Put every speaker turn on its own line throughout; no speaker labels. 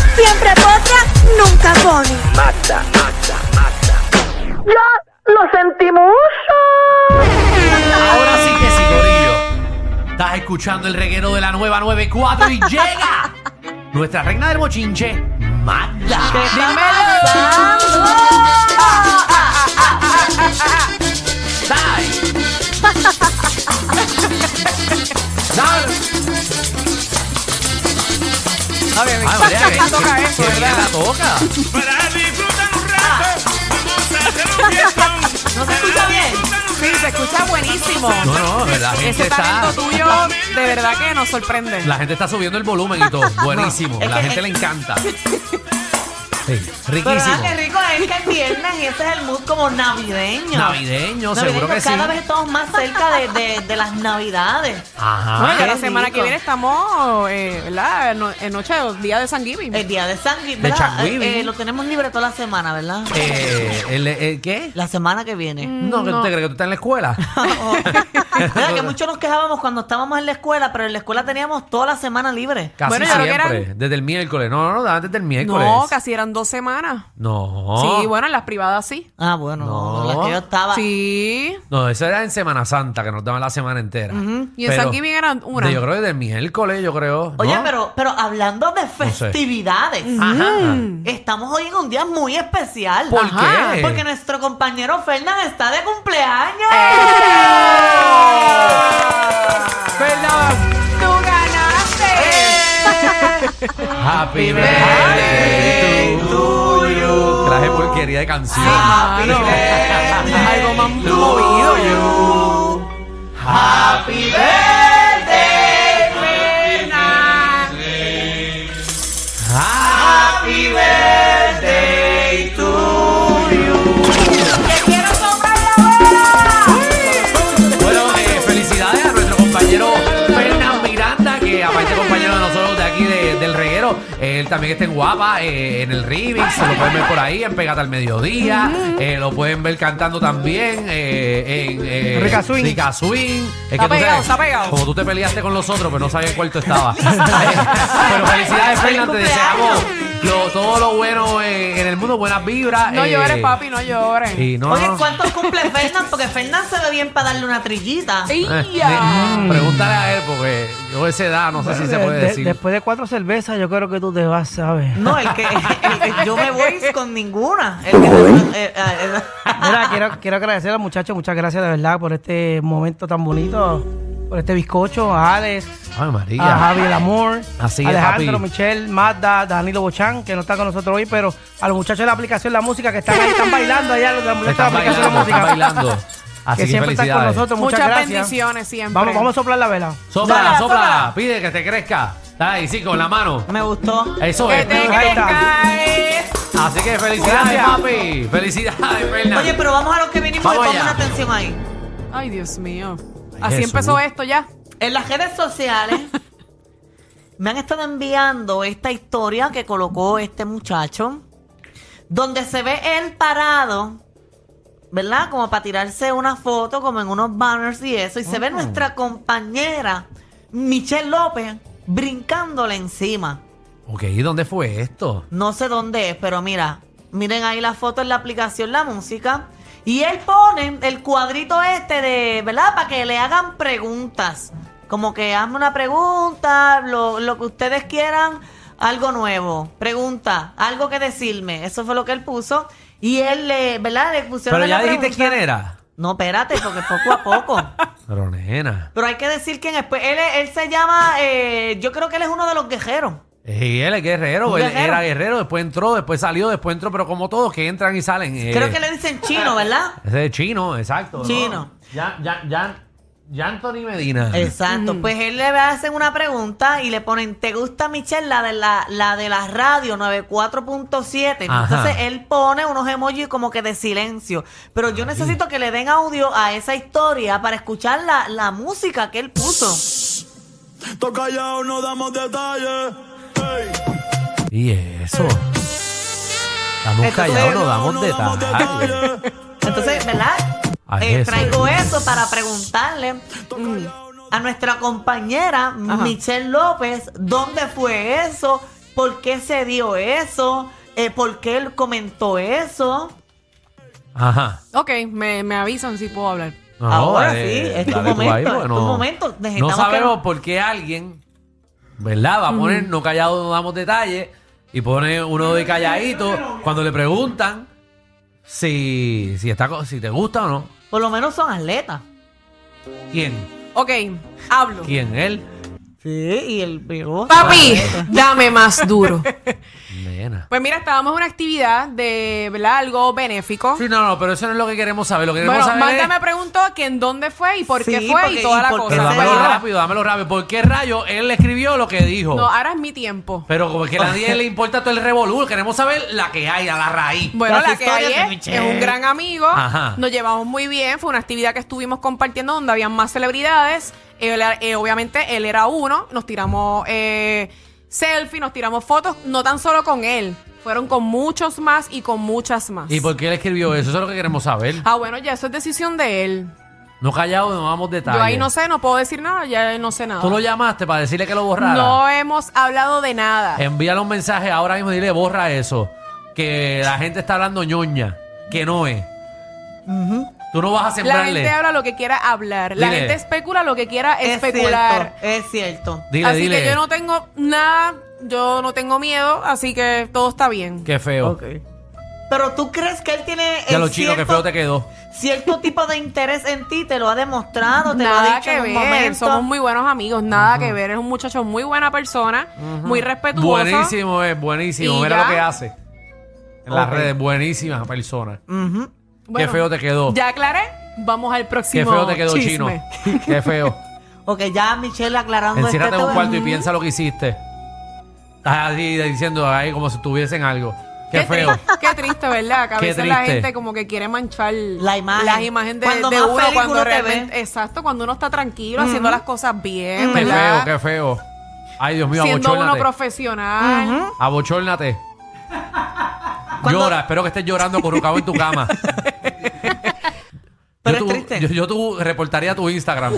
Siempre potra, nunca pone.
Mata, mata, mata.
¡Ya lo sentimos!
Ahora sí que
¡Eh!
sí, Corillo. Estás escuchando el reguero de la nueva 94 y llega nuestra reina del bochinche, Magda. Dai. Dale.
A ver,
Ah, mira,
¿quién toca
¿quién-
eso,
quién la
verdad?
toca?
Para disfrutar un rato, vamos a hacer un fiestón.
¿No se escucha bien? Sí, se escucha buenísimo.
No, no, la gente
Ese
está...
talento tuyo, de verdad que nos sorprende.
La gente está subiendo el volumen y todo. Buenísimo.
es
la
que-
gente le encanta. Sí,
Pero nada,
riquísimo.
qué rico es que el viernes y ese es el mood como navideño.
Navideño, seguro que sí.
Cada vez estamos más cerca de, de- de las navidades.
Bueno,
Ajá.
ya la
qué
semana que
rico.
viene estamos, eh, ¿verdad? No- En noche, día de San Giving.
El día de San Gui-
De
¿verdad?
Changüivin.
Eh, eh, lo tenemos libre toda la semana, ¿verdad?
Eh, el, el- ¿Qué?
La semana que viene.
No, que tú te crees que tú estás en la escuela.
Mira, que muchos nos quejábamos cuando estábamos en la escuela, pero en la escuela teníamos toda la semana libre.
Casi
Bueno, yo creo que
siempre.
eran-
Desde el miércoles. No, no, no, antes del miércoles.
No, casi eran dos semanas.
No.
Sí, bueno, en las privadas sí.
Ah, bueno, no, no,
No.
la que yo estaba.
Sí.
No, eso era en Semana Santa, que nos daban la semana entera.
Y en
Pero-
Thanksgiving eran una.
de- yo creo que del miércoles, yo creo.
Oye,
¿no?
pero, pero hablando de
sé.
festividades,
Ajá.
mm. estamos hoy en un día muy especial.
¿Por
Ajá,
qué?
Porque nuestro compañero Fernan está de cumpleaños.
¡Eh!
Perdón. Tú ganaste.
Eh. Happy birthday to you. Traje porquería de canción.
Ah, no. Algo más movido.
Bueno, eh, felicidades a nuestro compañero Fernán Miranda, que aparte compañero de nosotros de aquí de- del reguero, él también está en guapa, eh, en el Rivix, lo pueden ver por ahí, en Pegata al Mediodía, eh, lo pueden ver cantando también eh, en eh,
Rica Swing.
Rica Swing. Es
Está
tú
pegado, está pegado.
Como tú te peleaste con los otros, pero no sabía en cuál tú estabas. Pero felicidades, Fernán, te
¡Feliz
deseamos lo- todo lo bueno eh, en el mundo, buenas vibras.
No
eh,
llores, papi, no llores.
Y no,
Oye,
no.
¿cuántos cumple Fernan? Porque Fernan se ve bien para darle una trillita.
Eh,
¡Iya!
de- pregúntale a él porque yo a esa edad no sé si se puede
De-
decir.
Después de cuatro cervezas, yo creo que tú te vas, ¿sabes?
No, el que el- el- yo me voy con ninguna. El que- eh, eh,
Mira, quiero, quiero agradecer a los muchachos, muchas gracias de verdad por este momento tan bonito, por este bizcocho, a Alex,
Ay, María.
a Javi el Amor,
Así es,
Alejandro,
papi.
Michelle, Magda, Danilo Bochán, que no está con nosotros hoy, pero a los muchachos de la aplicación La Música que están ahí, están bailando allá, los de la
Se
muchachos de la
están bailando,
aplicación
están
La Música.
bailando. Así
Que
que,
siempre están con
felicidades.
nosotros, muchas,
Muchas
gracias.
bendiciones siempre.
Vamos, vamos a soplar la vela.
Sóplala,
Dale,
sóplala.
sóplala.
Pide que te crezca. Dale, ahí sí, con la mano.
me gustó.
Eso
Que
es.
te
Ahí está.
caes.
Así que felicidades,
Gracias.
papi. Felicidades, Fernando.
Oye, pero vamos a los que vinimos
Vamos
y pongan
allá.
atención ahí.
Ay, Dios mío.
Ay,
Así
Jesús.
empezó esto ya.
En las redes sociales me han estado enviando esta historia que colocó este muchacho, donde se ve él parado, ¿verdad? Como para tirarse una foto, como en unos banners y eso, y se ve nuestra compañera Michelle López brincándole encima.
Ok, ¿y dónde fue esto?
No sé dónde es, pero mira, miren ahí la foto en la aplicación La Música. Y él pone el cuadrito este de, ¿verdad? Para que le hagan preguntas. Como que hazme una pregunta, lo, lo que ustedes quieran, algo nuevo. Pregunta, algo que decirme. Eso fue lo que él puso. Y él, le, ¿verdad? Le pusieron
Pero
en
ya
la
dijiste
pregunta-
quién era.
No, espérate, porque poco a poco.
Pero nena.
Pero hay que decir quién es. Pues él, es- él se llama, eh, yo creo que él es uno de los guerreros.
Y él es guerrero,
Un
él
guerrero.
era guerrero, después entró, después salió, después entró, pero como todos que entran y salen. eh,
Creo que le dicen chino, ¿verdad?
Ese es chino, exacto. ¿no?
Chino.
Ya, ya, ya. ya Anthony Medina.
Exacto. Pues él le hacen una pregunta y le ponen, ¿te gusta Michelle la de la, la, de la radio 94.7?
Ajá.
Entonces él pone unos emojis como que de silencio. Pero yo necesito que le den audio a esa historia para escuchar la, la música que él puso.
Toca ya o no damos detalles. Ey.
Y eso. Estamos
Esto
callados,
es-
no damos
No damos
detalles.
detalles.
Entonces, ¿verdad?
Ay,
Eh,
Jesús.
traigo eso para preguntarle mm, a nuestra compañera Michelle López, ¿dónde fue eso? por qué se dio eso, eh, por qué él comentó eso.
Ajá.
Ok, me, me avisan si puedo hablar.
No,
Ahora
dale-
sí, es tu
dale tú
momento,
ahí,
es
porque
tu momento. Necesitamos
No
que-
sabemos por qué alguien, ¿verdad? Va a poner no callado, no damos detalles. Y pone uno de calladito cuando le preguntan si, si, está, co- si te gusta o no.
Por lo menos son atletas.
¿Quién?
Ok, hablo.
¿Quién? ¿Él?
Sí, y el virus.
Papi,
Ah,
dame más duro.
Nena.
Pues mira, estábamos en una actividad de, ¿verdad? Algo benéfico.
Sí, no, no, pero eso no es lo que queremos saber. Lo que queremos
Oh. bueno,
saber
Magda
es-
me preguntó que en dónde fue y por qué
Sí,
fue
porque-
y toda
y
la
por qué
Pero
cosa.
se
Pues
dámelo
dio.
mira,
rápido, dámelo rápido. ¿Por qué rayo él escribió lo que dijo?
no, ahora es mi tiempo.
Pero como es que a nadie le importa todo el revolú. Queremos saber la que hay, a la raíz.
Bueno,
Las
la que
historias
hay
de
es,
Michelle.
es un gran amigo.
Ajá.
Nos llevamos muy bien. Fue una actividad que estuvimos compartiendo donde habían más celebridades. Él era- eh, obviamente, él era uno. Nos tiramos eh, selfie, nos tiramos fotos, no tan solo con él. Fueron con muchos más y con muchas más.
¿Y por qué él escribió eso? Eso es lo que queremos saber.
Ah, bueno, ya eso es decisión de él.
No callado, no damos detalles.
Yo ahí no sé, no puedo decir nada, ya no sé nada.
Tú lo llamaste para decirle que lo borrara.
no hemos hablado de nada.
Envíale un mensaje ahora mismo y dile, borra eso. Que la gente está hablando ñoña. Que no es. Tú no vas a
La
sembrarle.
gente habla lo que quiera hablar. La
Dile.
gente especula lo que quiera
Es
especular.
cierto, es cierto.
Dile,
así
dile.
que yo no tengo nada, yo no tengo miedo, así que todo está bien.
Qué feo.
Pero tú crees que él tiene
Ya
el
lo chino, qué feo te quedó.
cierto tipo de interés en ti, te lo ha demostrado, te lo ha
Nada
dicho
que
en un
ver,
momento.
somos muy buenos amigos, nada que ver, es un muchacho muy buena persona, muy respetuoso.
Buenísimo, es buenísimo.
Y
Mira
ya.
lo que hace. En las
Ok.
redes, buenísima persona.
Ujú.
Mm, Bueno,
qué feo te quedó.
Ya aclaré, vamos al próximo
Qué feo te quedó,
chisme.
chino. Qué feo.
Ok, ya Michelle aclarando
Enciérrate en
este
un cuarto y
tema.
piensa lo que hiciste. Estás así diciendo ahí como si estuviesen algo. Qué, feo.
tri- qué triste, ¿verdad? Que a
Qué
veces la
triste.
gente como que quiere manchar
La imagen.
las imágenes de,
Cuando
de
más
uno
feliz
cuando
uno te
realmente,
ve.
exacto, cuando uno está tranquilo, haciendo las cosas bien,
Qué
¿verdad?
feo, qué feo. Ay, Dios mío,
Siendo uno
abochórnate.
profesional.
Abochórnate. Llora, espero que estés llorando acurrucado en tu cama. yo
Pero es
tu-
triste.
Yo, yo tu- reportaría tu Instagram.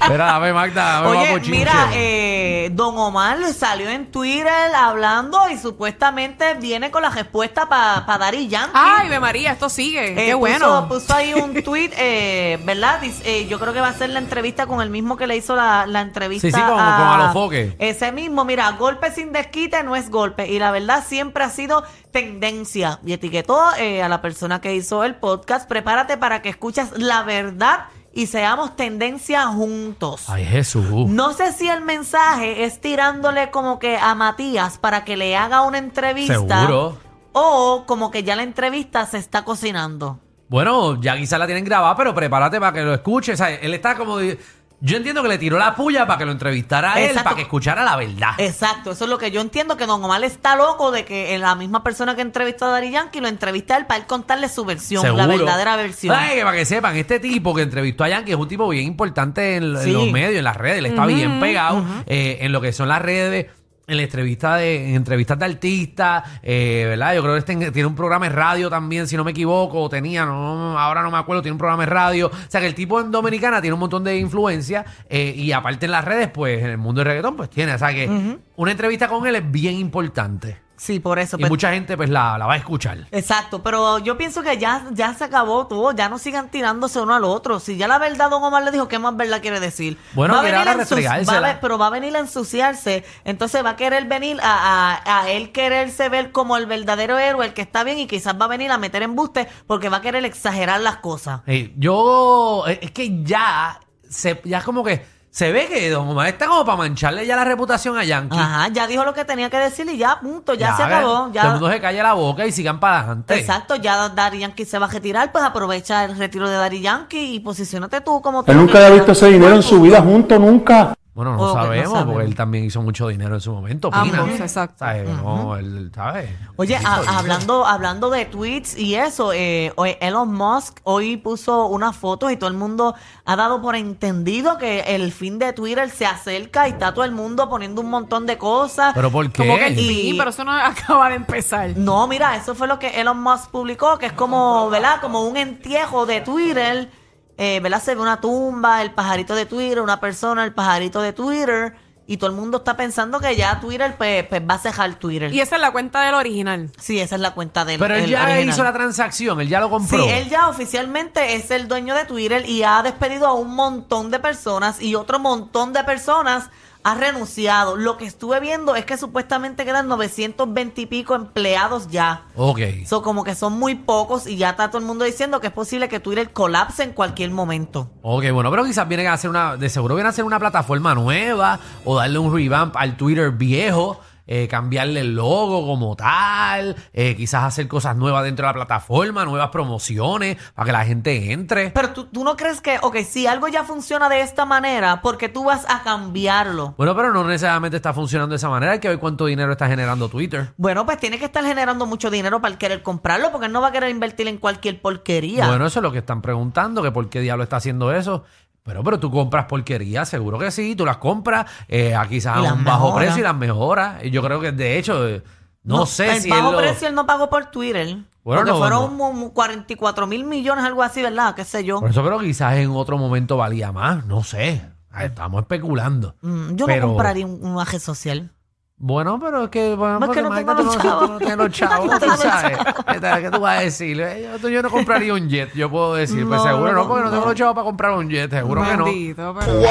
Espera, dame Magda, dame más
Oye,
bochinche.
mira, eh, Don Omar salió en Twitter hablando y supuestamente viene con la respuesta para pa Daddy Yankee.
Ay, Ave María, esto sigue.
Eh,
Qué
puso-
bueno.
Puso, ahí un tweet, eh, ¿verdad? Dice, eh, yo creo que va a ser la entrevista con el mismo que le hizo la, la entrevista.
Sí, sí, con- con Alofoque.
Ese mismo, mira, golpe sin desquite no es golpe. Y la verdad siempre ha sido tendencia. Y etiquetó eh, a la persona que hizo el podcast. Prepárate para que escuchas la verdad y seamos tendencia juntos.
Ay, Jesús.
No sé si el mensaje es tirándole como que a Matías para que le haga una entrevista.
Seguro.
O como que ya la entrevista se está cocinando.
Bueno, ya quizás la tienen grabada, pero prepárate para que lo escuches. O sea, él está como... de- Yo entiendo que le tiró la puya para que lo entrevistara a él,
Exacto.
para que escuchara la verdad.
Exacto, eso es lo que yo entiendo, que Don Omar está loco de que la misma persona que entrevistó a Dari Yankee lo entrevista a él para él contarle su versión, la
Seguro.
verdadera versión.
Ay, que para que sepan, este tipo que entrevistó a Yankee es un tipo bien importante en, en
Sí.
los medios, en las redes. Él está bien pegado eh, en lo que son las redes. En, la entrevista de, en entrevistas de artistas, eh, ¿verdad? Yo creo que este en- tiene un programa de radio también, si no me equivoco, o tenía, no, ahora no me acuerdo, tiene un programa de radio. O sea que el tipo en Dominicana tiene un montón de influencia eh, y aparte en las redes, pues en el mundo del reggaetón, pues tiene. O sea que una entrevista con él es bien importante
Sí, por eso.
y
pero-
mucha gente pues la, la va a escuchar.
Exacto, pero yo pienso que ya, ya se acabó todo, ya no sigan tirándose uno al otro. Si ya la verdad Don Omar le dijo, ¿qué más verdad quiere decir?
Bueno, mira, ahora
ensuci-
restregársela.
va a ve- pero va a venir a ensuciarse, entonces va a querer venir a, a- a él quererse ver como el verdadero héroe, el que está bien, y quizás va a venir a meter embuste porque va a querer exagerar las cosas.
Eh, yo, eh, es que ya, se, ya como que se ve que Don Omar está como para mancharle ya la reputación a Yankee.
Ajá, ya dijo lo que tenía que decir y ya, punto, ya, se
que
acabó.
Todo el
Ya,
mundo este. se calla la boca y sigan para adelante.
exacto, ya Dari Yankee se va a retirar, pues aprovecha el retiro de Dari Yankee y posicionate tú como tú.
Él nunca había visto ese dinero en su vida junto, nunca.
Bueno, no
Oh, que no
sabemos, porque
sabemos.
él también hizo mucho dinero en su momento.
Ambos,
Pina.
exacto.
¿Sabes? No, él, ¿sabes?
Oye, ah,
Hizo
a-
dinero.
hablando, hablando de tweets y eso, eh, hoy Elon Musk hoy puso unas fotos y todo el mundo ha dado por entendido que el fin de Twitter se acerca y está todo el mundo poniendo un montón de cosas.
¿Pero por qué?
Como que el
Y-
fin, pero eso no acaba de empezar.
No, mira, eso fue lo que Elon Musk publicó, que es como, ¿verdad? Como un entierro de Twitter, eh, ¿verdad? Se ve una tumba, el pajarito de Twitter, una persona, el pajarito de Twitter, Y todo el mundo está pensando que ya Twitter pues, pues, va a cejar Twitter.
Y esa es la cuenta del original.
Sí, esa es la cuenta del
Pero él
del
ya
original.
hizo la transacción, él ya lo
Sí,
compró.
él ya oficialmente es el dueño de Twitter y ha despedido a un montón de personas y otro montón de personas ha renunciado. Lo que estuve viendo es que supuestamente quedan 920 y pico empleados ya.
Ok.
So, como que son muy pocos y ya está todo el mundo diciendo que es posible que Twitter colapse en cualquier momento.
Ok, bueno, pero quizás vienen a hacer una, de seguro vienen a hacer una plataforma nueva o darle un revamp al Twitter viejo, eh, cambiarle el logo como tal, eh, quizás hacer cosas nuevas dentro de la plataforma, nuevas promociones para que la gente entre.
Pero tú, tú no crees que, ok, si algo ya funciona de esta manera, porque tú vas a cambiarlo?
Bueno, pero no necesariamente está funcionando de esa manera, hay que ver cuánto dinero está generando Twitter.
Bueno, pues tiene que estar generando mucho dinero para el querer comprarlo, porque él no va a querer invertir en cualquier porquería.
Bueno, eso es lo que están preguntando, que por qué diablo está haciendo eso. Pero, pero tú compras porquerías, seguro que sí, tú las compras eh, a quizás
Y
a
las
un bajo
mejoras.
precio y las mejoras. Y Yo creo que, de hecho, eh, no, sé
el
si...
bajo
él lo-
precio él no pagó por Twitter.
Bueno,
porque
no,
fueron como 44 mil millones, algo así, ¿verdad? ¿Qué sé yo?
Por eso, pero quizás en otro momento valía más, no sé. Ah, Estamos especulando.
Mm, yo
Pero-
no compraría un, un aje social.
Bueno, pero es que, bueno,
No, es que no
Magda,
tengo
tú
los
tú
chavos.
no tienes los chavos,
No
tú
tengo los
sabes. ¿Qué tal? ¿Qué tú vas a decir? Eh, Yo, yo no compraría un jet, yo puedo decir. Pues
No,
seguro no,
no,
porque no, tengo
no.
los chavos para comprar un jet, seguro que no.
Bendito, pero-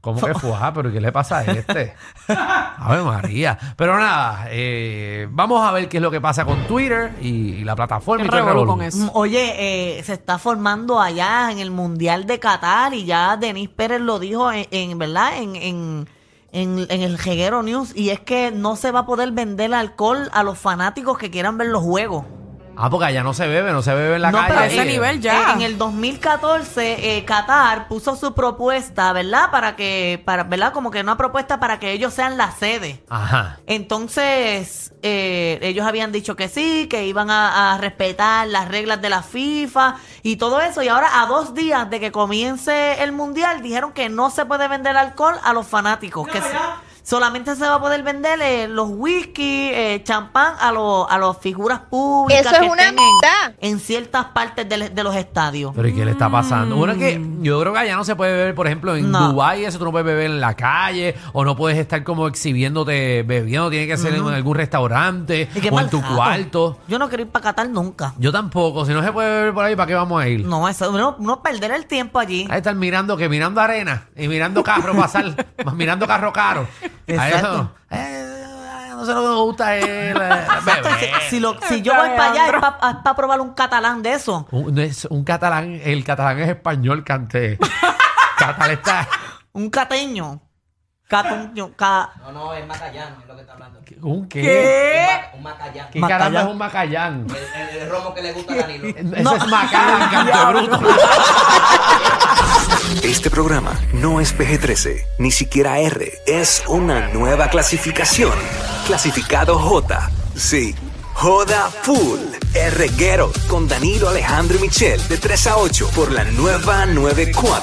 ¿Cómo que fuá? ¿Pero qué le pasa a este? Ave María. Pero nada, eh, vamos a ver qué es lo que pasa con Twitter y, y la plataforma.
Qué
y todo el
revolú
revolú.
con eso.
Mm, Oye, eh, se está formando allá en el Mundial de Qatar y ya Denis Pérez lo dijo en, en- ¿verdad? En, en, en- en el Jeguero News y es que no se va a poder vender alcohol a los fanáticos que quieran ver los juegos.
Ah, porque allá no se bebe, no se bebe en la
No,
calle.
pero
a ese
eh.
nivel ya.
Eh, en el 2014, eh, Qatar puso su propuesta, ¿verdad? Para que, para, ¿verdad? Como que una propuesta para que ellos sean la sede.
Ajá.
Entonces, eh, ellos habían dicho que sí, que iban a, a respetar las reglas de la FIFA y todo eso. Y ahora, a dos días de que comience el Mundial, dijeron que no se puede vender alcohol a los fanáticos. que se- solamente se va a poder vender eh, los whisky, eh, champán a, los a las figuras públicas
Eso es
que
una
estén en-
mierda.
en, ciertas partes del- de los estadios.
Pero ¿y qué le está pasando? Bueno, es que yo creo que allá no se puede beber, por ejemplo, en
Mm. No.
Dubái, eso tú no puedes beber en la calle, o no puedes estar como exhibiéndote bebiendo, tiene que ser en algún restaurante
Y qué
o en
mal
tu
rato.
cuarto.
Yo no quiero ir para Qatar nunca.
Yo tampoco, si no se puede beber por ahí, ¿para qué vamos a ir?
No, eso, uno, uno perder el tiempo allí.
Ahí están mirando que mirando arena y mirando carro pasar, más mirando carro caro. A eso,
Exacto.
eh, no sé lo que me gusta es eh,
Si,
beber.
si lo- si yo voy para allá es para probar un catalán de eso.
Un, es un catalán, el catalán es español, cante. Catal está.
Un cateño. Catuño, ca-
No, no, es Macallán, es lo que está hablando.
¿Un qué?
Un Macallán.
¿Qué
Macallán.
carajo es un macallán?
El, el- el romo que le gusta a Danilo.
Ese es Macallan, canto bruto.
Este programa no es PG-13, ni siquiera R. Es una nueva clasificación. Clasificado J. Sí. Joda Full. R. Guerrero con Danilo Alejandro y Michel de 3 a 8 por la nueva 94.